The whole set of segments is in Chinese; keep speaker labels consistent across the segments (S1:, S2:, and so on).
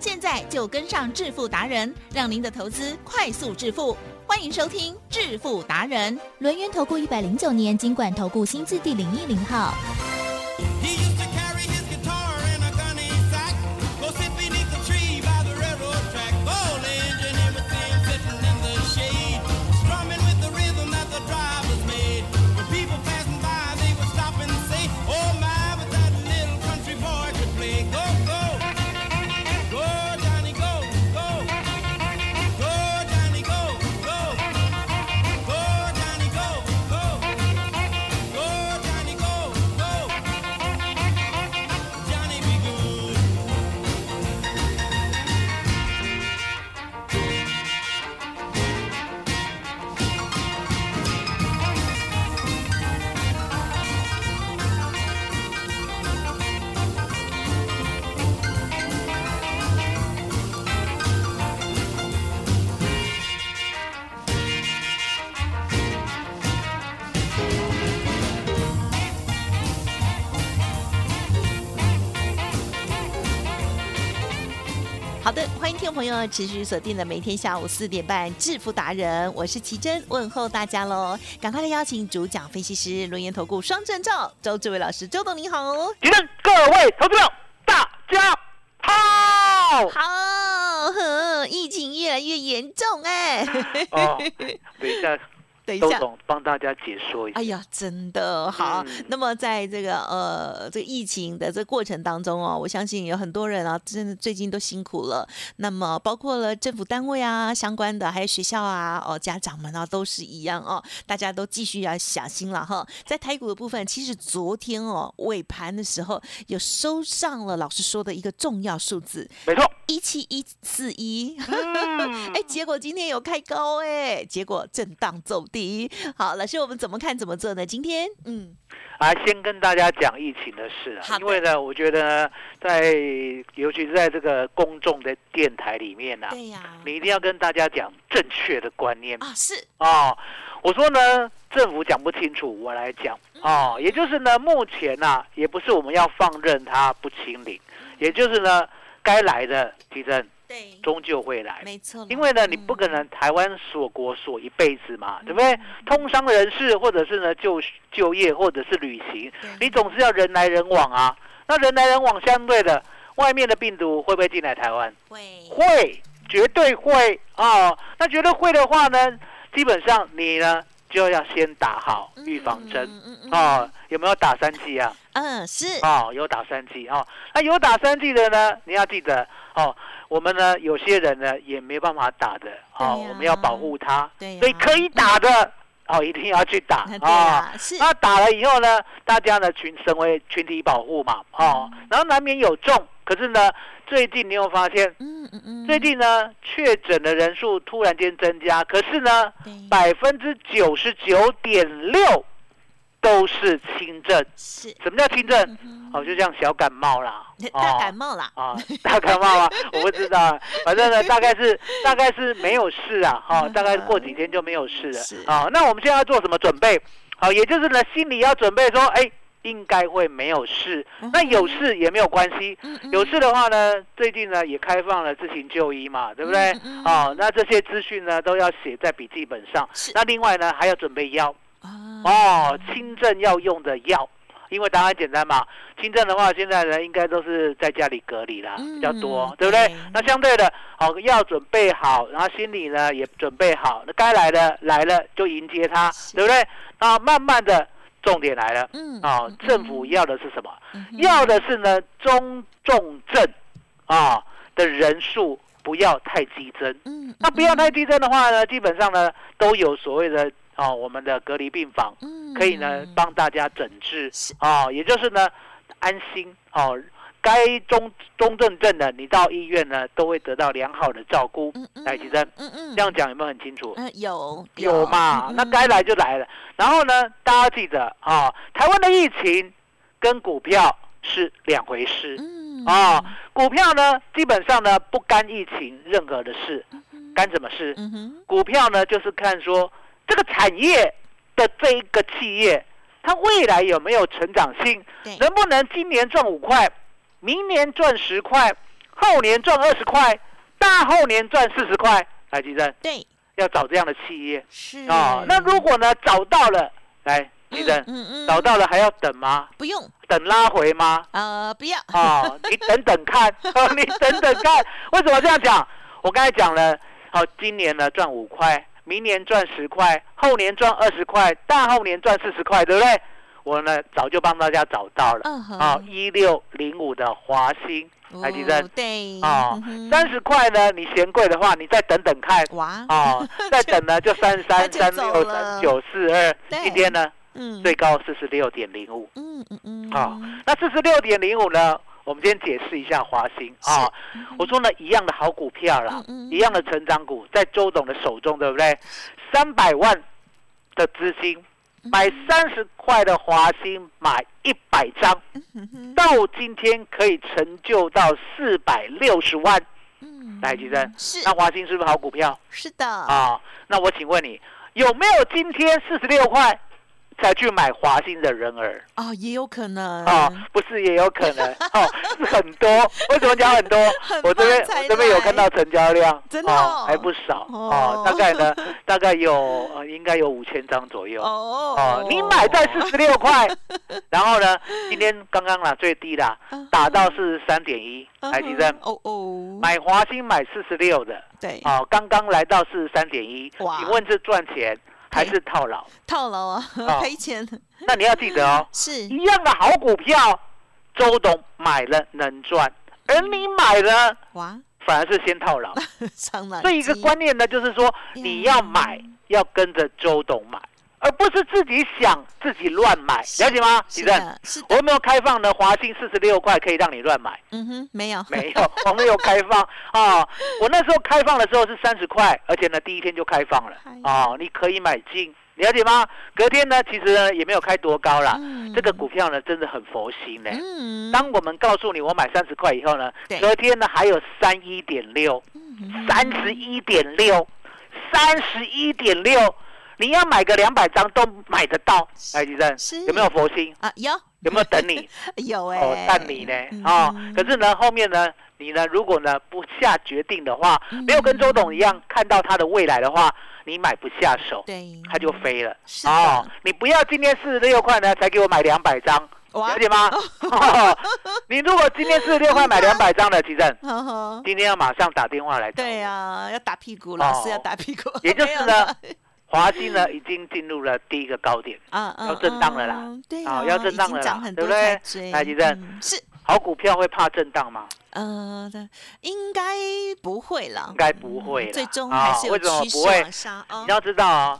S1: 现在就跟上致富达人，让您的投资快速致富。欢迎收听《致富达人》。
S2: 轮源投顾一百零九年经管投顾新字第零一零号。
S3: He used to carry his guitar in a gunny sack. Go sit beneath the tree by the railroad track. Old engineer would see him sitting in the shade, strumming with the rhythm that the drivers made. When people passing by, they would stop and say, Oh my, but that little country boy could play. Go, go, go, Johnny, go, go, go, Johnny, go, go, go, Johnny, go, go, go, Johnny, go, go. Johnny be good.
S4: 好的，欢迎听众朋友持续锁定的每天下午四点半《致富达人》，我是奇珍，问候大家喽！赶快来邀请主讲分析师、轮研投顾双证照周志伟老师，周董你好。
S5: 请问各位投资者，大家好。
S4: 好，呵疫情越来越严重哎、
S5: 哦，等一下，
S4: 等一
S5: 周
S4: 下。
S5: 总帮大家解说一下
S4: 哎。呀，真的好。
S5: 嗯
S4: 那么在这个呃这个疫情的这个过程当中哦，我相信有很多人啊，真的最近都辛苦了。那么包括了政府单位啊、相关的，还有学校啊、哦家长们啊，都是一样哦，大家都继续要小心了哈。在台股的部分，其实昨天哦尾盘的时候有收上了老师说的一个重要数字
S5: 没错，
S4: 一七一四一。
S5: 嗯
S4: 哎，结果今天有开高哎、结果震荡走低。好，老师，我们怎么看怎么做呢？今天，嗯，
S5: 啊，先跟大家讲疫情的事
S4: 好
S5: 啊，
S4: 的
S5: 因为呢，我觉得呢在尤其是在这个公众的电台里面呢、
S4: 对呀、
S5: 你一定要跟大家讲正确的观念
S4: 啊，是
S5: 哦。我说呢，政府讲不清楚，我来讲
S4: 嗯
S5: 哦。也就是呢，目前呢、也不是我们要放任它不清零，也就是呢，该来的提振
S4: 对，
S5: 终究会来。
S4: 没错啦，
S5: 因为呢，你
S4: 嗯
S5: 不可能台湾锁国锁一辈子嘛，对不对？通商人士，或者是呢就就业，或者是旅行，
S4: 嗯
S5: 你总是要人来人往啊。那人来人往，相对的，外面的病毒会不会进来台湾？
S4: 会
S5: 会，绝对会啊、那绝对会的话呢，基本上你呢就要先打好预防针
S4: 嗯嗯嗯
S5: 啊、有没有打三剂啊？
S4: 嗯，是
S5: 哦，有打三剂哦。那有打三剂的呢，你要记得哦。我们呢，有些人呢也没办法打的哦，
S4: 对呀
S5: 我们要保护他，
S4: 对呀
S5: 所以可以打的、哦，一定要去打
S4: 那对
S5: 啊。
S4: 啊，是
S5: 那打了以后呢，大家呢群身为群体保护嘛，哦，
S4: 嗯
S5: 然后难免有中，可是呢，最近你有发现，
S4: 嗯嗯嗯，
S5: 最近呢确诊的人数突然间增加，可是呢，
S4: 对
S5: 百分之九十九点六都是轻症。
S4: 是
S5: 什么叫轻症？
S4: 嗯
S5: 哦，就像小感冒啦，
S4: 大
S5: 哦
S4: 感冒啦， 嗯
S5: 啊，大感冒啊，我不知道啊，反正呢，大概是大概是没有事啊，哈、大概过几天就没有事了
S4: 嗯是，
S5: 啊，那我们现在要做什么准备？好、也就是呢，心里要准备说，哎，应该会没有事，那有事也没有关系，
S4: 嗯嗯
S5: 有事的话呢，最近呢也开放了自行就医嘛，对不对？
S4: 嗯嗯嗯
S5: 哦，那这些资讯呢都要写在笔记本上
S4: 是，
S5: 那另外呢还要准备药。
S4: 啊，
S5: 哦，轻症要用的药，因为答案简单嘛。轻症的话，现在人应该都是在家里隔离啦，
S4: 嗯
S5: 比较多，
S4: 对
S5: 对不对？那相对的，好、药准备好，然后心里呢也准备好，那该来的来了就迎接它，
S4: 是
S5: 对不对？那慢慢的，重点来了，
S4: 嗯
S5: 哦，
S4: 嗯
S5: 政府要的是什么？
S4: 嗯哼
S5: 要的是呢中重症啊、的人数不要太激增。
S4: 嗯嗯
S5: 那不要太激增的话呢，基本上呢都有所谓的哦，我们的隔离病房
S4: 嗯
S5: 可以呢帮大家诊治
S4: 是
S5: 哦，也就是呢安心哦，该中中重症的，你到医院呢都会得到良好的照顾。
S4: 嗯嗯
S5: 来，齐珍，
S4: 嗯嗯，
S5: 这样讲有没有很清楚？
S4: 嗯有
S5: 有嘛？
S4: 嗯
S5: 那该来就来了。然后呢，大家记得啊，台湾的疫情跟股票是两回事。
S4: 嗯
S5: 啊、股票呢，基本上呢不干疫情任何的事，干什么事？
S4: 嗯哼
S5: 股票呢就是看说这个产业的这一个企业，它未来有没有成长性
S4: 对，
S5: 能不能今年赚五块，明年赚十块，后年赚二十块，大后年赚四十块。来，吉珍
S4: 对
S5: 要找这样的企业
S4: 是
S5: 啊、那如果呢找到了，来，吉珍、
S4: 嗯嗯嗯
S5: 找到了还要等吗？
S4: 不用
S5: 等拉回吗？
S4: 呃不要
S5: 哦，你等等看， 哦你等等看，为什么这样讲？我刚才讲了，哦，今年呢赚五块，明年赚十块，后年赚二十块，大后年赚四十块，对不对？我呢早就帮大家找到了，
S4: 嗯哼
S5: 哦，一六零五的华兴，台积
S4: 哦
S5: 电，
S4: 对
S5: 哦
S4: 嗯哼，
S5: 三十块呢，你嫌贵的话，你再等等看，
S4: 哇
S5: 哦，再等呢就三
S4: 他
S5: 三
S4: 就
S5: 三
S4: 走
S5: 六
S4: 了
S5: 三九四二，
S4: 对
S5: 今天呢
S4: 嗯
S5: 最高四十六点零五。
S4: 嗯嗯嗯
S5: 啊、那四十六点零五呢？我们先解释一下华兴啊、我说呢，一样的好股票啦，
S4: 嗯嗯
S5: 一样的成长股，在周董的手中，对不对？三百万的资金
S4: 嗯
S5: 买三十块的华兴，买一百张，
S4: 嗯
S5: 到今天可以成就到四百六十万。
S4: 嗯
S5: 来，吉生，
S4: 是
S5: 那华兴是不是好股票
S4: 是的
S5: 啊、那我请问你，有没有今天四十六块才去买华兴的人儿？
S4: 哦也有可能
S5: 哦，不是也有可能 哦，是很多。为什么讲很多？我这边
S4: 很棒才
S5: 我这边有看到成交量，
S4: 真的哦
S5: 还不少
S4: 哦
S5: 哦，大概 呢，大概有呃应该有五千张左右。
S4: 哦
S5: 哦，你买在四十六 块，然后呢，今天刚刚啦最低啦
S4: 嗯哼，
S5: 打到四十三点一，台积电
S4: 嗯哼哦哦
S5: 买华兴买四十六的，
S4: 对
S5: 哦，刚刚来到四十三点一，
S4: 嗯哇
S5: 请问是赚钱还是套牢？
S4: 套牢啊
S5: 哦
S4: 赔钱
S5: 那你要记得哦，
S4: 是
S5: 一样的好股票，周董买了能赚，而你买了
S4: 哇
S5: 反而是先套牢。
S4: 上了
S5: 这一个观念呢，就是说
S4: 嗯
S5: 你要买要跟着周董买，而不是自己想自己乱买，了解吗？
S4: 是
S5: 吉正，
S4: 的是的
S5: 我有没有开放呢？华兴四十六块可以让你乱 买，
S4: 嗯哼没有
S5: 没有，我没有开放啊、哦我那时候开放的时候是三十块，而且呢第一天就开放了
S4: 哎呀
S5: 啊、哦你可以买进，了解吗？隔天呢，其实呢也没有开多高啦。
S4: 嗯
S5: 这个股票呢真的很佛心 呢、
S4: 嗯
S5: 当我们告诉你我买三十块以后呢
S4: 对，
S5: 隔天呢还有三一点六、
S4: 嗯
S5: 三十一点六、三十一点六，你要买个两百张都买得到。哎，吉
S4: 是
S5: 正有没有佛心？
S4: 啊有
S5: 有没有等 你？
S4: 有哎、
S5: 哦，但你呢？哦，可是呢，后面呢，你呢，如果呢不下决定的话，
S4: 嗯
S5: 没有跟周董一样看到他的未来的话，你买不下手，
S4: 对，
S5: 它就飞了。
S4: 是的
S5: 哦，你不要今天四十六块呢才给我买两百张，
S4: 哇
S5: 了解吗？ 哦你如果今天四十六块买两百张的，其正，
S4: 呵呵，
S5: 今天要马上打电话来。
S4: 嗯对啊呀、、要打屁股，老师要打屁股，
S5: 哦也 就
S4: 没
S5: 是
S4: 有
S5: 呢
S4: 了，
S5: 华兴呢已经进入了第一个高点，
S4: 啊啊，
S5: 要震荡了啦
S4: 啊对
S5: 啊
S4: 啊，
S5: 要震荡了
S4: 已
S5: 啦
S4: 经涨很多
S5: 对不对
S4: 才追
S5: 来吉正
S4: 嗯是
S5: 好股票会怕震荡吗？
S4: 呃，的应该不会了，
S5: 应该不会啦
S4: 嗯最终
S5: 啊
S4: 还是有
S5: 为什么
S4: 趋势
S5: 不会
S4: 往上啊
S5: 你。要知道啊、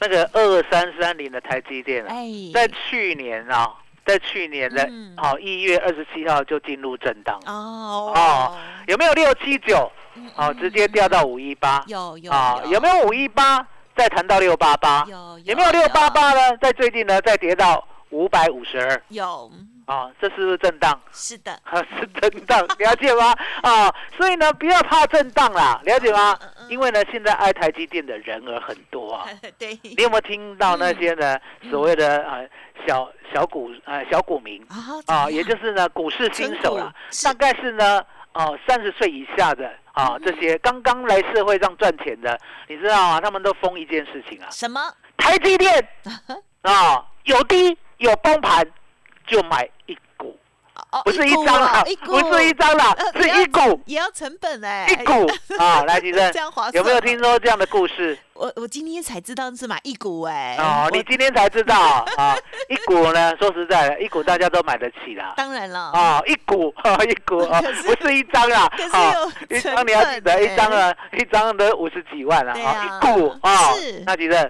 S5: 那个二三三零的台积电啊，
S4: 哎，
S5: 在去年啊、在去年的
S4: 嗯
S5: 好一、月二十七号就进入震荡，
S4: 哦嗯
S5: 哦有没有六七九？哦，直接掉到五一八。
S4: 有有
S5: 啊，有没
S4: 有
S5: 有五一八再谈到六八八？
S4: 有
S5: 有没有六八八呢？在最近呢，再跌到五百五十二
S4: 有？
S5: 啊，这是不是震荡？
S4: 是的，
S5: 是震荡，了解吗？啊，所以呢，不要怕震荡啦，了解吗
S4: 嗯嗯？
S5: 因为呢，现在爱台积电的人儿很多啊。
S4: 对
S5: 你有没有听到那些
S4: 嗯
S5: 呢所谓的呃小小股呃小股民
S4: 啊怎
S5: 啊，
S4: 么
S5: 也
S4: 样
S5: 就是呢股市新手啦，
S4: 纯
S5: 大
S4: 股嗯
S5: 概是呢哦三十岁以下的啊这些刚刚来社会上赚钱的，你知道啊，他们都疯一件事情啊，
S4: 什么
S5: 台积电
S4: 嗯
S5: 啊有低有崩盘就买一股，
S4: 哦，
S5: 不是一
S4: 股
S5: 张
S4: 啊
S5: 啦，
S4: 一，
S5: 不是一
S4: 股
S5: 张啦啊
S4: 呃，
S5: 是
S4: 也
S5: 一
S4: 要
S5: 股
S4: 也要成本哎，
S5: 一股啊，来 吉正
S4: 这样划算
S5: 有没有
S4: 吗
S5: 听说这样的故事？
S4: 我我今天才知道是买一股哎、
S5: 哦
S4: 我，
S5: 你今天才知道啊啊！一股呢，说实在的，一股大家都买得起 啦。
S4: 当然了，
S5: 啊，一股 啊，一股啊
S4: 哦可，是
S5: 不是一张啊
S4: 可，是
S5: 啊
S4: 有，
S5: 一
S4: 成
S5: 张你要记
S4: 本
S5: 得，
S4: 欸
S5: 一张啊，一张都五十几万啊，
S4: 对啊
S5: 一股啊
S4: 是，
S5: 那记得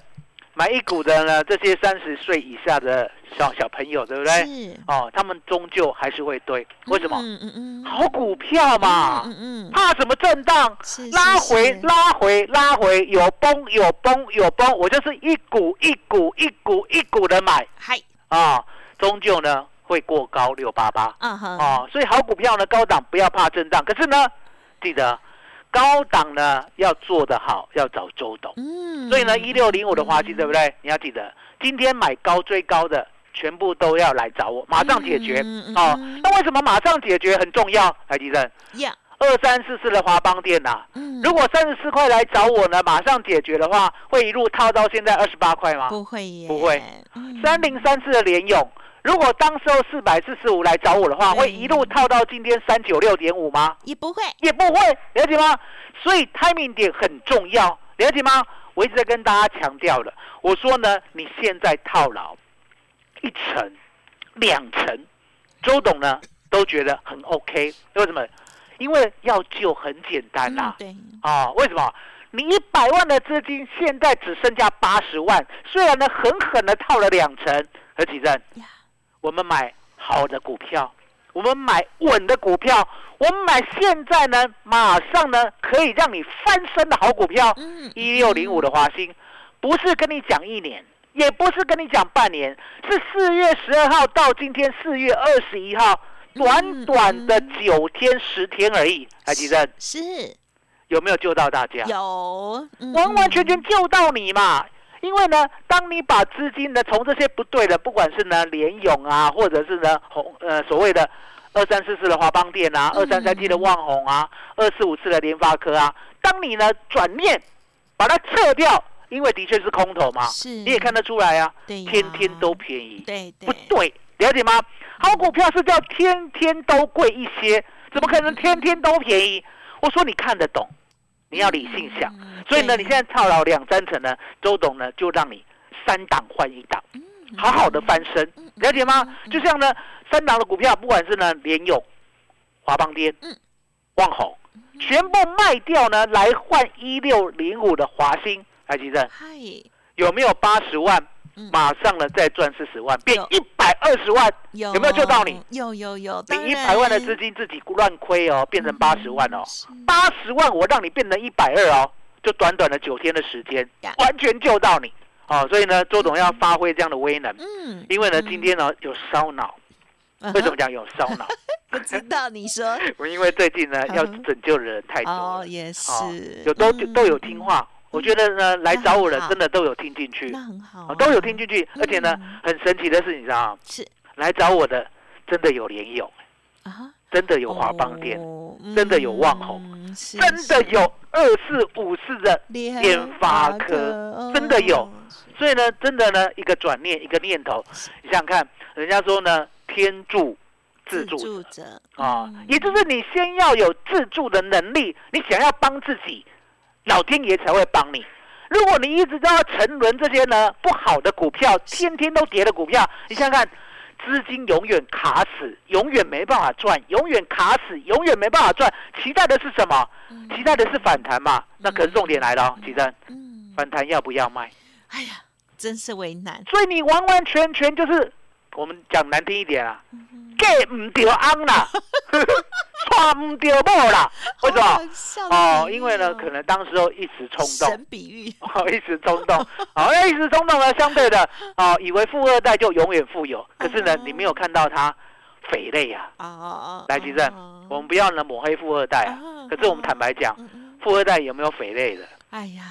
S5: 买一股的呢，这些三十岁以下的小小朋友，对不对？
S4: 是
S5: 哦，他们终究还是会堆，为什么？
S4: 嗯嗯嗯，
S5: 好股票嘛，
S4: 嗯嗯，嗯
S5: 怕什么震荡？
S4: 是
S5: 拉
S4: 是
S5: 回
S4: 是，
S5: 拉回，拉回，有崩，有崩，有崩，我就是一股一股一股一股的买
S4: 嗨，
S5: 啊，终究呢会过高六八八
S4: 啊哈，
S5: 啊，所以好股票呢高档不要怕震荡，可是呢，记得高档呢要做得好，要找周董。
S4: 嗯，
S5: 所以呢，一六零五的华西对不对？你要记得，今天买高追高的，全部都要来找我，马上解决
S4: 嗯嗯嗯
S5: 哦
S4: 嗯。
S5: 那为什么马上解决很重要？海迪生，
S4: 呀，
S5: 二三四四的华邦店呐、
S4: 嗯，
S5: 如果三十四块来找我呢，马上解决的话，会一路套到现在二十八块吗？
S4: 不会耶，
S5: 不会
S4: 嗯，
S5: 三零三四的联勇，如果当时候四百四十五来找我的话，
S4: 对
S5: 会一路套到今天三九六点五吗？
S4: 也不会，
S5: 也不会，了解吗？所以 timing 点很重要，了解吗？我一直在跟大家强调的，我说呢，你现在套牢一层、两层，周董呢都觉得很 OK，为什么？因为要救很简单啦、
S4: 嗯，对，
S5: 啊，为什么？你一百万的资金现在只剩下八十万，虽然呢狠狠的套了两成，何启正
S4: 呀
S5: 我们买好的股票，我们买稳的股票，我们买现在呢马上呢可以让你翻身的好股票，
S4: 嗯，
S5: 一六零五的华兴，不是跟你讲一年，也不是跟你讲半年，是四月十二号到今天四月二十一号，短短的
S4: 嗯
S5: 九天十天而已，海启正
S4: 是
S5: 有没有救到大家？
S4: 有，嗯
S5: 完完全全救到你嘛。因为呢，当你把资金呢从这些不对的，不管是呢联勇啊，或者是呢红呃所谓的二三四四的华邦店
S4: 嗯
S5: 啊，二三三七的旺宏啊，二四五四的联发科啊，当你呢转念把它撤掉，因为的确是空头嘛，
S4: 是
S5: 啊你也看得出来啊，
S4: 对呀
S5: 天天都便宜，
S4: 对
S5: 不
S4: 对，
S5: 对，了解吗？好股票是叫天天都贵一些，怎么可
S4: 嗯
S5: 能天天都便宜？我说你看得懂，你要理性想。
S4: 嗯
S5: 所以呢，
S4: 对
S5: 你现在套牢两三成呢，周董呢就让你三档换一档，
S4: 嗯
S5: 好好的翻身，了解吗？就像呢，三档的股票，不管是呢联勇、华邦跌
S4: 嗯、
S5: 旺宏，全部卖掉呢，来换一六零五的华兴，来吉正
S4: 嗨，
S5: 有没有八十万
S4: 嗯？
S5: 马上呢再赚四十万，变一百二十万，
S4: 有
S5: 有没有救到你？？
S4: 有有有，当
S5: 你一百万的
S4: 然
S5: 资金自己乱亏哦，变成八十万哦。
S4: 是
S5: 八十万我让你变成一百二哦，就短短的九天的时间
S4: 呀，
S5: 完全救到你哦。所以呢，周董要发挥这样的威能，
S4: 嗯，
S5: 因为呢，
S4: 嗯
S5: 今天呢有烧脑，为什么讲有烧脑？
S4: 不知道你说
S5: 我因为最近呢
S4: 嗯哼
S5: 要拯救的人 太多
S4: 哦，
S5: 了，
S4: 也是
S5: 哦，有都
S4: 嗯
S5: 都有听，话，我觉得呢来找我的
S4: 那很好
S5: 真的都有听进去
S4: 那，很好
S5: 哦
S4: 啊，
S5: 都有听进去，而且呢
S4: 嗯
S5: 很神奇的是，你知道吗
S4: 是
S5: 来找我的真的有联友，
S4: 啊，
S5: 真的有华邦店，
S4: 哦
S5: 真的有旺宏，
S4: 嗯是
S5: 真的
S4: 是
S5: 有二四五四的
S4: 联
S5: 联发科真的
S4: 哦
S5: 有，所以呢，真的呢，一个转念，一个念头，你想想看，人家说呢，天助自助
S4: 助嗯者
S5: 啊，也就是你先要有自助的能力，你想要帮自己，老天爷才会帮你。如果你一直都要沉沦这些呢不好的股票，天天都跌的股票，你想想看，资金永远卡死，永远没办法赚，永远卡死，永远没办法赚。期待的是什么？期待的是反弹嘛？那可是重点来了哦，奇珍，
S4: 嗯，
S5: 反弹要不要卖？
S4: 哎呀，真是为难，
S5: 所以你完完全全就是我们讲难听一点啊，
S4: 嗯
S5: 嫁唔到翁啦， 娶唔到某啦， 为什么？
S4: 么
S5: 哦，因为呢，可能当时候一时冲动
S4: 神，比喻，
S5: 哦， 一时冲动，哦，那一时冲动呢，相对的，哦，以为富二代就永远富有，可是呢
S4: 嗯，哼
S5: 你没有看到他肥累啊。
S4: 哦哦，
S5: 来，吉正，我们不要呢抹黑富二代啊
S4: 嗯，
S5: 可是我们坦白讲，
S4: 嗯嗯，
S5: 富二代有没有肥累的？
S4: 哎呀，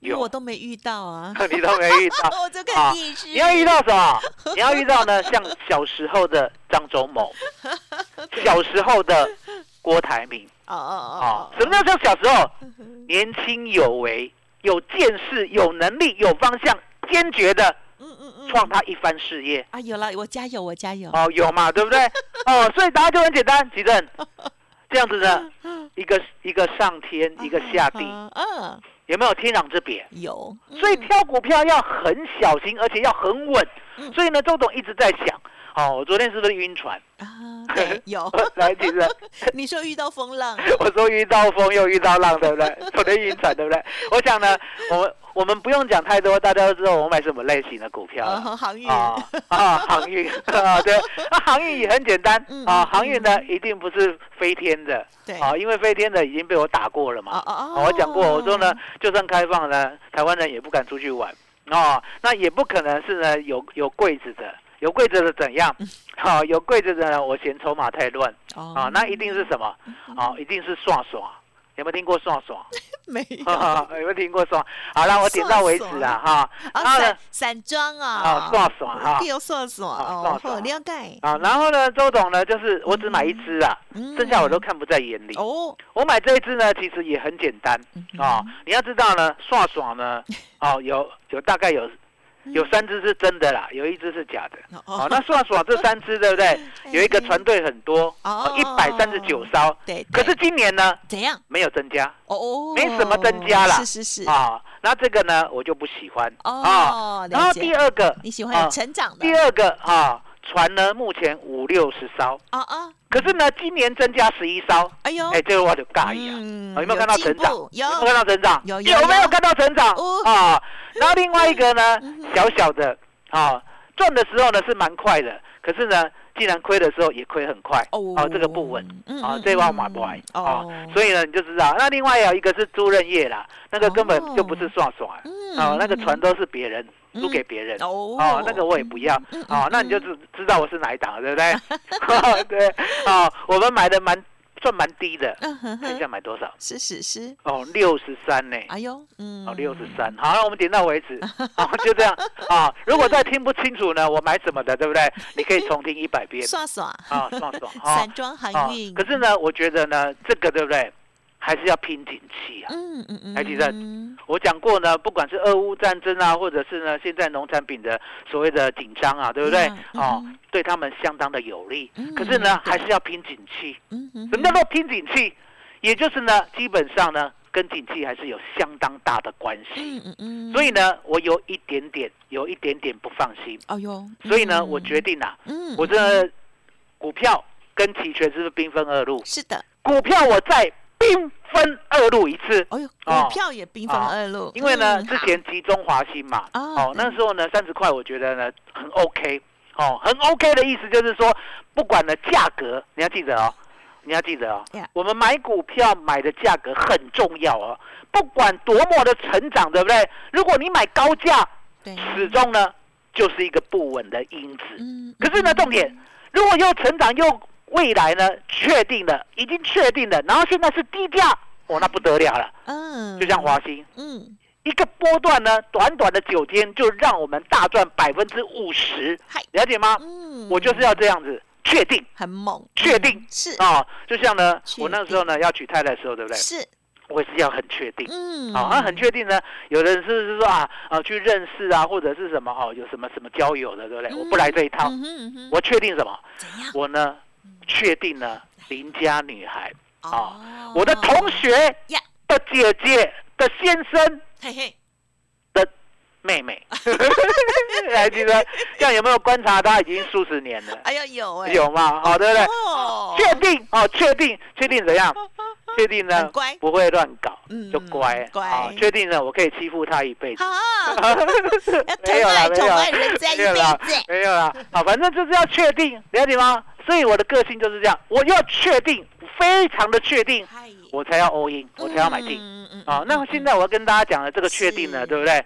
S4: 因为
S5: 有
S4: 我都没遇到啊，哦
S5: 你都没遇到，
S4: 我就 看
S5: 啊
S4: 电视，
S5: 你要遇到什么？你要遇到呢，像小时候的张忠 谋，小时候的郭台铭
S4: 哦哦
S5: 啊
S4: 哦，。
S5: 什么叫做小时候？年轻有为、有见识、有能力、有方向、坚决的
S4: 嗯嗯嗯，
S5: 创他一番事业。
S4: 啊，有了，我加油，我加油，
S5: 哦，有嘛，对不对？哦，所以答案就很简单，吉正。这样子 呢，一个一个上天，一个下地，
S4: 啊嗯，
S5: 有没有天壤之别？
S4: 有，
S5: 所以挑股票要很小心，而且要很稳
S4: 嗯。
S5: 所以呢，周董一直在想，好、我昨天是不是晕 船？
S4: 啊，对， 有。
S5: 来，其实
S4: 你说遇到风 浪，
S5: 我说遇到风又遇到浪，对不对？昨天晕船，对不对？我想呢，我们我们不用讲太多，大家都知道我们买什么类型的股票了。
S4: 呃，航运，
S5: 啊啊，航运 啊，对，那、航运也很简单
S4: 嗯
S5: 啊，
S4: 嗯
S5: 航运呢一定不是飞天的，
S4: 对
S5: 啊，因为飞天的已经被我打过了嘛，
S4: 哦哦
S5: 啊
S4: 哦
S5: 我讲过，我说呢，就算开放呢，台湾人也不敢出去玩哦，那也不可能是呢有有柜子的，有柜子的怎样？好、有柜子的呢，我嫌筹码太乱啊
S4: 哦，
S5: 那一定是什么？啊，一定是刷刷，有没有听过刷刷？
S4: 没有
S5: 啊
S4: 哦
S5: 有没有听过刷？好了，我点到为止啦哈，
S4: 啊，
S5: 呢
S4: 散散装啊，
S5: 啊，刷刷哈。
S4: 有厕所
S5: 啊
S4: 哦，
S5: 算
S4: 好
S5: 了
S4: 了解，
S5: 啊，然后呢，周董呢，就是我只买一只啊，
S4: 嗯
S5: 剩下我都看不在眼里。
S4: 哦，嗯
S5: 我买这一只呢，其实也很简单啊、你要知道呢，爽爽呢，哦，有有大概有
S4: 嗯
S5: 有三只是真的啦，有一只是假的。哦，那爽爽这三只对 不对？有一个船队很多，
S4: 哎哦
S5: 一百三十九艘。
S4: 对，
S5: 可是
S4: 对
S5: 今年呢，
S4: 怎样？
S5: 没有增加
S4: 哦，
S5: 没什么增加啦
S4: 是是是，
S5: 啊。那这个呢，我就不喜欢啊。
S4: 哦，
S5: 然后
S4: 了
S5: 第
S4: 解，
S5: 二个，
S4: 你喜欢有
S5: 啊
S4: 成长的，
S5: 第二个啊，船呢目前五六十艘，
S4: 啊啊，
S5: 可是呢，今年增加十一艘，
S4: 哎呦
S5: 哎、，这个我就尬意啊、
S4: 嗯
S5: 哦有没有看到
S4: 进
S5: 成长？
S4: 步有
S5: 没有看到成长？
S4: 有有
S5: 有没
S4: 有
S5: 有看到成长？
S4: 哦
S5: 啊，然后另外一个呢
S4: 嗯，
S5: 小小的啊，赚的时候呢是蛮快的，可是呢，既然亏的时候也亏很快，
S4: 哦
S5: 这个不稳。
S4: 嗯
S5: 啊
S4: 嗯，
S5: 这话
S4: 嗯
S5: 买不来啊
S4: 哦，，
S5: 所以呢你就知道，那另外啊有一个是租赁业啦，那个根本
S4: 哦
S5: 就不是算耍
S4: 嗯
S5: 啊，那个船都是别人
S4: 嗯
S5: 租给别人，
S4: 哦
S5: 哦，那个我也不要
S4: 嗯嗯
S5: 哦，那你就知知道我是哪一档了，对不 对？对，哦，我们买的蛮算蛮低的，
S4: 嗯哼
S5: 看一
S4: 哼，
S5: 下买多少
S4: 是是是，
S5: 哦，六十三呢，
S4: 哎呦，嗯，
S5: 哦，六十三，好，那我们点到为 止，哦，就这样啊。如果再听不清楚呢，我买什么的， 对不对？你可以重听一百遍
S4: 算算，
S5: 啊，爽 爽啊
S4: 散装
S5: 啊
S4: 航运，。
S5: 可是呢，我觉得呢，这个对不对？还是要拼景气啊。
S4: 嗯嗯嗯，
S5: 台积电
S4: 嗯
S5: 我讲过呢，不管是俄乌战争啊，或者是呢现在农产品的所谓的紧张啊，对不对
S4: 嗯？
S5: 哦
S4: 嗯，
S5: 对他们相当的有利
S4: 嗯。
S5: 可是呢，
S4: 对
S5: 还是要拼景气。
S4: 嗯嗯，
S5: 什么叫做拼景气？也就是呢，基本上呢，跟景气还是有相当大的关系。
S4: 嗯嗯嗯，
S5: 所以呢，我有一点点，有一点点不放心。
S4: 哎呦，
S5: 所以呢，
S4: 嗯
S5: 我决，定啊，
S4: 嗯，
S5: 我这股票跟期权是不是兵分二路？
S4: 是的，
S5: 股票我再兵分二路一次。
S4: 哎呦，
S5: 哦
S4: 股票也兵分
S5: 啊
S4: 二路，
S5: 因为呢，
S4: 嗯
S5: 之前集中华兴嘛，
S4: 啊
S5: 哦，
S4: 对
S5: 那时候呢三十块，我觉得呢很 OK，哦，很 OK 的意思就是说，不管呢价格，你要记得哦，你要记得哦
S4: Yeah
S5: 我们买股票买的价格很重要哦，不管多么的成长，对不对？如果你买高价，
S4: 对，
S5: 始终呢就是一个不稳的因子。
S4: 嗯，
S5: 可是呢，重点，如果又成长又未来呢确定了，已经确定了，然后现在是低价，哦，那不得了了，
S4: 嗯，
S5: 就像华兴。
S4: 嗯，
S5: 一个波段呢，短短的九天就让我们大赚百分之五十
S4: 嗨，
S5: 了解吗？
S4: 嗯，
S5: 我就是要这样子确定
S4: 很猛，
S5: 确
S4: 嗯
S5: 定
S4: 是
S5: 啊、哦，就像呢，
S4: 确定
S5: 我那时候呢要娶太太的时候，对不对？
S4: 是，
S5: 我也是要很确定。
S4: 嗯，
S5: 好、那很确定呢。有的人是不是说啊啊去认识啊，或者是什么哦，有什么什么交友的，对不
S4: 嗯
S5: 对？我不来这一套。
S4: 嗯哼嗯哼，
S5: 我确定什么？
S4: 怎样？
S5: 我呢
S4: 嗯
S5: 确定呢邻家女孩，
S4: 哦
S5: 我的同，学
S4: 呀
S5: 的姐姐的先生
S4: 嘿嘿，
S5: 妹妹，还记得？这样有没有观察他已经数十年了？
S4: 哎呀有哎，
S5: 有吗？好，对不对？
S4: 哦，
S5: 确 定哦，确定，确定怎样？确定呢
S4: 很乖？
S5: 不会乱搞
S4: 嗯，
S5: 就乖。
S4: 乖
S5: 好确定呢？我可以欺负他一辈 子。
S4: 好，要
S5: 没
S4: 疼
S5: 有啦，
S4: 爱
S5: 没
S4: 宠
S5: 有啦
S4: 爱人家一
S5: 没有啦
S4: 辈子，
S5: 没有啦。好，反正就是要确定，了解吗？所以我的个性就是这样，我要确定，非常的确定，
S4: 嗨
S5: 我才要 all in，我才要买进。
S4: 嗯嗯嗯
S5: 啊，那现在我要跟大家讲的这个确定呢，
S4: 是
S5: 对不对？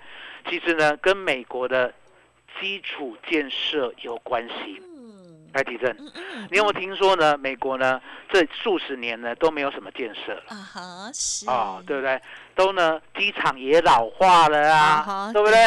S5: 其实呢，跟美国的基础建设有关系。
S4: 嗯
S5: 来，提正，
S4: 嗯嗯
S5: 你有没有听说呢？美国呢，这数十年呢都没有什么建设了
S4: 啊哈是
S5: 啊，对不对？都呢，机场也老化了啊，
S4: 哈
S5: 对不对？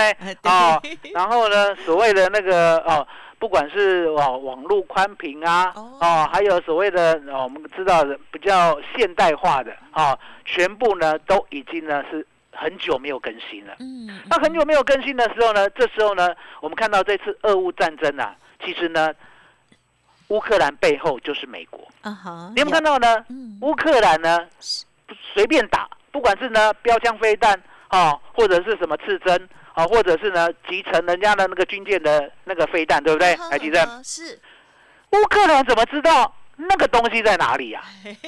S4: 呃 对
S5: 哦，然后呢，所谓的那个哦，不管是哦网网络宽频啊，
S4: 哦
S5: 还有所谓的哦，我们知道的比较现代化的哦，全部呢都已经呢是很久没有更新了。
S4: 嗯，嗯
S5: 那很久没有更新的时候呢，这时候呢，我们看到这次俄乌战争啊，其实呢，乌克兰背后就是美国。
S4: 啊哈，
S5: 你有没有看到呢？
S4: 嗯
S5: 乌克兰呢
S4: 是
S5: 随便打，不管是呢标枪飞弹哦，或者是什么刺针哦，或者是呢集成人家的那个军舰的那个飞弹，对不对？
S4: 啊哈
S5: 海基镇
S4: 啊哈是
S5: 乌克兰怎么知道那个东西在哪里呀、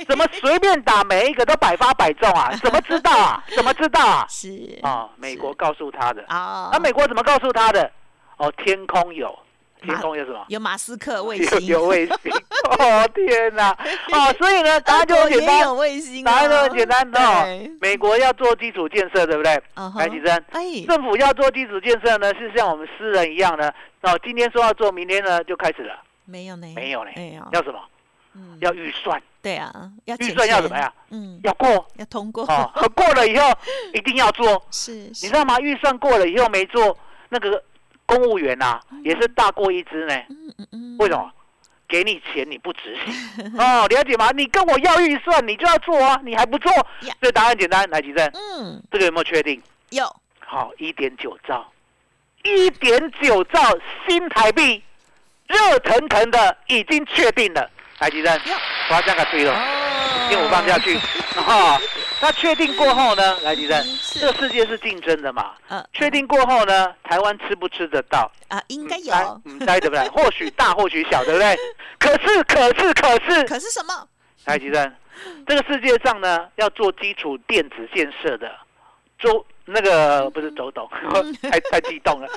S5: 怎么随便打每一个都百发百中 啊？怎么知道啊？怎么知道啊？
S4: 是
S5: 啊、美国告诉他的。
S4: 啊，
S5: 那、美国怎么告诉他的？哦，天空有，天空有什么？
S4: 啊有马斯克卫
S5: 有
S4: 星，
S5: 有 卫星。哦天哪！哦，所以 呢，答
S4: 德
S5: 案就
S4: 国
S5: 很简
S4: 也
S5: 单
S4: 有，卫星
S5: 答
S4: 啊，
S5: 案就很简单哦
S4: 对。
S5: 美国要做基础建设，对不对？
S4: 嗯哼
S5: 来，启生。
S4: 哎，
S5: 政府要做基础建设呢，是像我们私人一样呢，哦，今天说要做，明天呢就开始了，
S4: 没有呢，
S5: 没有呢
S4: 哎呀，
S5: 要什么？
S4: 嗯
S5: 要预算，
S4: 对啊，要
S5: 预
S4: 钱
S5: 算要
S4: 钱
S5: 怎么？样？
S4: 嗯，
S5: 要过
S4: 要通过，
S5: 哦，过了以后一定要做，
S4: 是，
S5: 你
S4: 是
S5: 知道吗？预算过了以后没做，那个公务员啊也是大过一支呢。
S4: 嗯嗯嗯，
S5: 为什么？给你钱你不执行哦，了解吗？你跟我要预算，你就要做啊，你还不做
S4: 呀，
S5: 所以答案简单，来，吉正，
S4: 嗯，
S5: 这个有没有确定？
S4: 有
S5: 好，一点九兆，一点九兆新台币，热腾腾的已经确定了。来，吉正，我要这样给推了，
S4: 哦，
S5: 因为我放下去。哈、那确定过后呢？来，吉正，
S4: 嗯是
S5: 这个世界是竞争的嘛？
S4: 呃
S5: 确定过后呢，台湾吃不吃得到？
S4: 啊，应该
S5: 嗯
S4: 有，
S5: 嗯，猜对不对？或许大，或许小，对不对？可是，可是，可是，
S4: 可是什么？
S5: 台积电，这个世界上呢，要做基础电子建设的，周那个不是周董，
S4: 嗯
S5: 太太激 动了，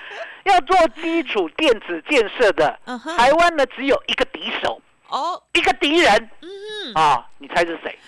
S5: 要做基础电子建设的，
S4: 嗯哼，
S5: 台湾呢只有一个敌手，
S4: 哦，
S5: 一个敌人
S4: 嗯，
S5: 啊，你猜是谁？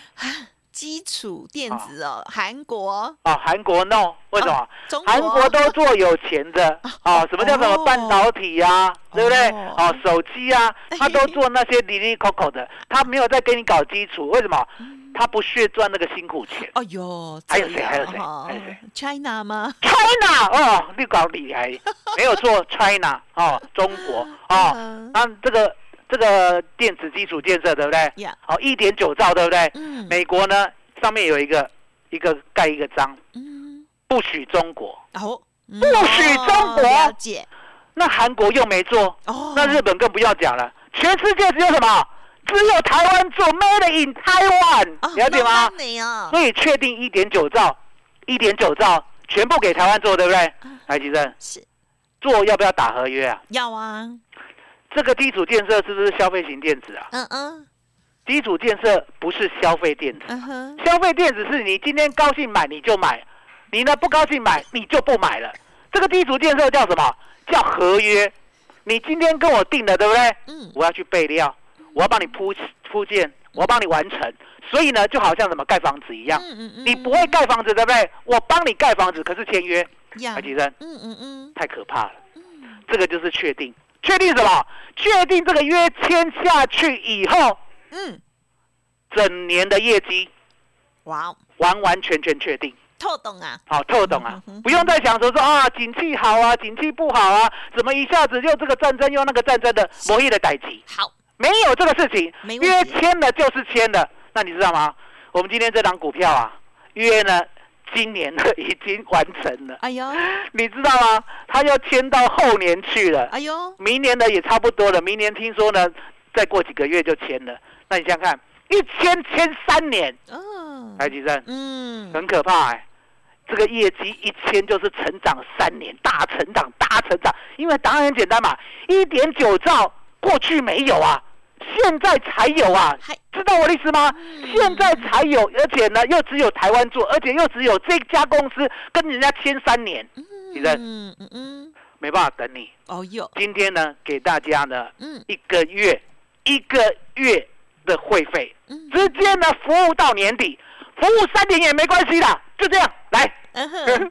S4: 基础电子哦，韩国，
S5: 啊，韩国 no，为什么？
S4: 中
S5: 韩国都做有钱的啊，什么叫什么
S4: 啊哦
S5: 半导体呀、对不对？
S4: 哦
S5: 啊，手机啊，他都做那些零零 coco 的，他没有在给你搞基础，为什么？他不屑赚那个辛苦钱。
S4: 哦哟，
S5: 还有
S4: 这
S5: 谁还有谁
S4: 样哦
S5: 还有谁
S4: ？China 吗？
S5: China 哦，你搞 厉害，没有错 China 哦，中国哦，
S4: 嗯
S5: 那这个这个电子基础建设对不对？
S4: 呀，
S5: 好、一点九兆对不对？
S4: 嗯，
S5: 美国呢上面有一个一个盖一个章，
S4: 嗯，
S5: 不许中国。
S4: 然后不
S5: 不许中国
S4: 嗯哦了解
S5: 那韩国又没做，
S4: 哦，
S5: 那日本更不要讲了，全世界只有什么？只有台湾做 Made in Taiwan，、
S4: 哦
S5: 了解吗
S4: 慢
S5: 嗯
S4: 慢？哦没有，
S5: 所以确定一点九兆，一点九兆全部给台湾做，对不对？
S4: 嗯
S5: 来，吉正
S4: 是
S5: 做要不要打合约啊？
S4: 要啊，
S5: 这个基础建设是不是消费型电子啊？
S4: 嗯嗯
S5: 基础建设不是消费电子，
S4: 嗯哼，
S5: 消费电子是你今天高兴买你就买，你呢不高兴买你就不买了。这个基础建设叫什么？叫合约。你今天跟我定的，对不对？
S4: 嗯
S5: 我要去备料，我要帮你铺铺建，我要帮你完成。所以呢，就好像什么盖房子一样，
S4: 嗯嗯嗯，
S5: 你不会盖房子，对不对？我帮你盖房子，可是签约，哎
S4: 呀
S5: 白，吉生
S4: 嗯嗯嗯
S5: 太可怕了。
S4: 嗯，
S5: 这个就是确定，确定什么？确定这个约签下去以后，
S4: 嗯，
S5: 整年的业绩
S4: 哇哦，
S5: 完完全全确定。
S4: 透懂啊，
S5: 好、透懂啊
S4: 嗯哼，
S5: 不用再想说说啊，景气好啊，景气不好啊，怎么一下子又这个战争又那个战争的博弈的代际，
S4: 好，
S5: 没有这个事情，
S4: 没问
S5: 约
S4: 题
S5: 签了就是签了。那你知道吗？我们今天这档股票啊，约呢，今年呢已经完成了，
S4: 哎呦
S5: 你知道吗？它又签到后年去了，
S4: 哎呦，
S5: 明年呢也差不多了，明年听说呢，再过几个月就签了。那你想想看，一签签三年，
S4: 嗯
S5: 台积电。
S4: 嗯，
S5: 很可怕哎、这个业绩一千就是成长三年，大成长，大成长。因为答案很简单嘛，一点九兆过去没有啊，现在才有啊
S4: 嗨，
S5: 知道我的意思吗？
S4: 嗯
S5: 现在才有，而且呢又只有台湾做，而且又只有这家公司跟人家签三年，你在
S4: 嗯嗯嗯，
S5: 没办法等你。
S4: 哦哟，
S5: 今天呢，给大家呢
S4: 嗯
S5: 一个月一个月的会费，
S4: 嗯
S5: 直接呢服务到年底，服务三年也没关系的，就这样来。
S4: 嗯 哼，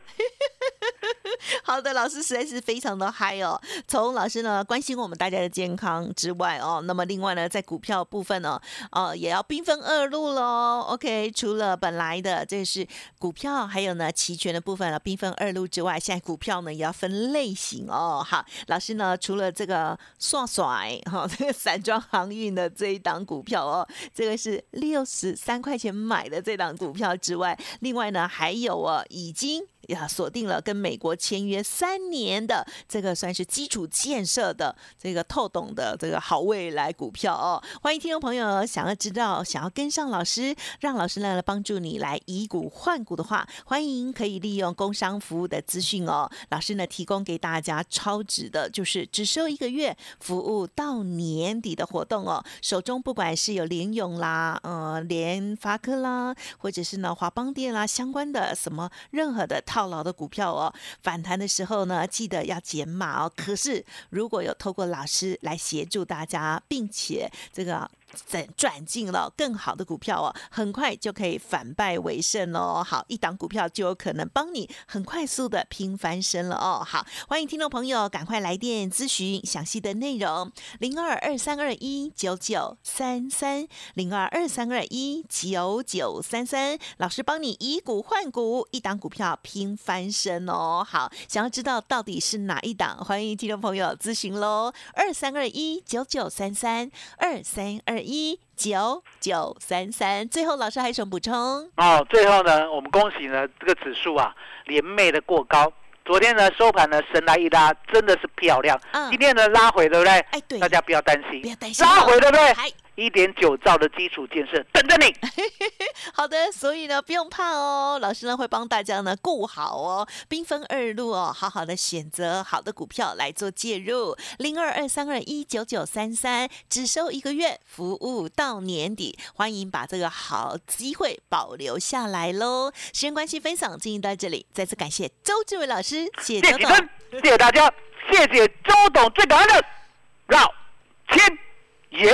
S4: 好的，老师实在是非常的嗨哦。从老师呢关心我们大家的健康之外哦，那么另外呢，在股票部分呢、呃，也要兵分二路喽。OK，除了本来的这是股票，还有呢期权的部分呢，兵分二路之外，现在股票呢也要分类型哦。好，老师呢除了这个算甩哈、 这个散装航运的这一档股票哦，这个是六十三块钱买的这档股票之外，另外呢还有哦，已经呀锁定了跟美国签约三年的这个算是基础建设的这个透懂的这个好未来股票哦。欢迎听众朋友想要知道、想要跟上老师，让老师来帮助你来以股换股的话，欢迎可以利用工商服务的资讯哦。老师呢提供给大家超值的，就是只收一个月，服务到年底的活动哦。手中不管是有联勇啦、呃联发科啦，或者是呢华邦电啦相关的什么任何的套牢的股票哦，反弹的时候呢，记得要减码哦。可是如果有透过老师来协助大家，并且这个转转进了更好的股票哦，很快就可以反败为胜喽。好，一档股票就有可能帮你很快速的拼翻身了哦。好，欢迎听众朋友赶快来电咨询详细的内容，零二二三二一九九三三零二二三二一九九三三，老师帮你以股换股，一档股票拼翻身哦。好，想要知道到底是哪一档，欢迎听众朋友咨询喽，二三二一九九三三二三二一九九三三。最后，老师还有什么补充？
S5: 哦，最后呢，我们恭喜呢这个指数啊连袂的过高。昨天呢收盘呢神来一拉，真的是漂亮。
S4: 嗯
S5: 今天呢拉回，对不对？
S4: 哎，对，
S5: 大家不要担
S4: 不
S5: 心，
S4: 要担心哦，
S5: 拉回对不对？
S4: 还哎
S5: 一点九兆的基础建设等着你。
S4: 好的，所以呢不用怕哦，老师呢会帮大家呢顾好哦，兵分二路哦，好好的选择好的股票来做介入，零二二三二一九九三三，只收一个月，服务到年底，欢迎把这个好机会保留下来喽。时间关系，分享进行到这里，再次感谢周志伟老师，谢谢
S5: 谢
S4: 周
S5: 启
S4: 董。
S5: 坤，谢谢大家，谢谢周董最感恩的老天爷。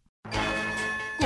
S6: 股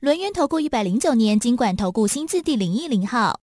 S2: 轮源投顾一百零九年经管投顾新字第零一零号。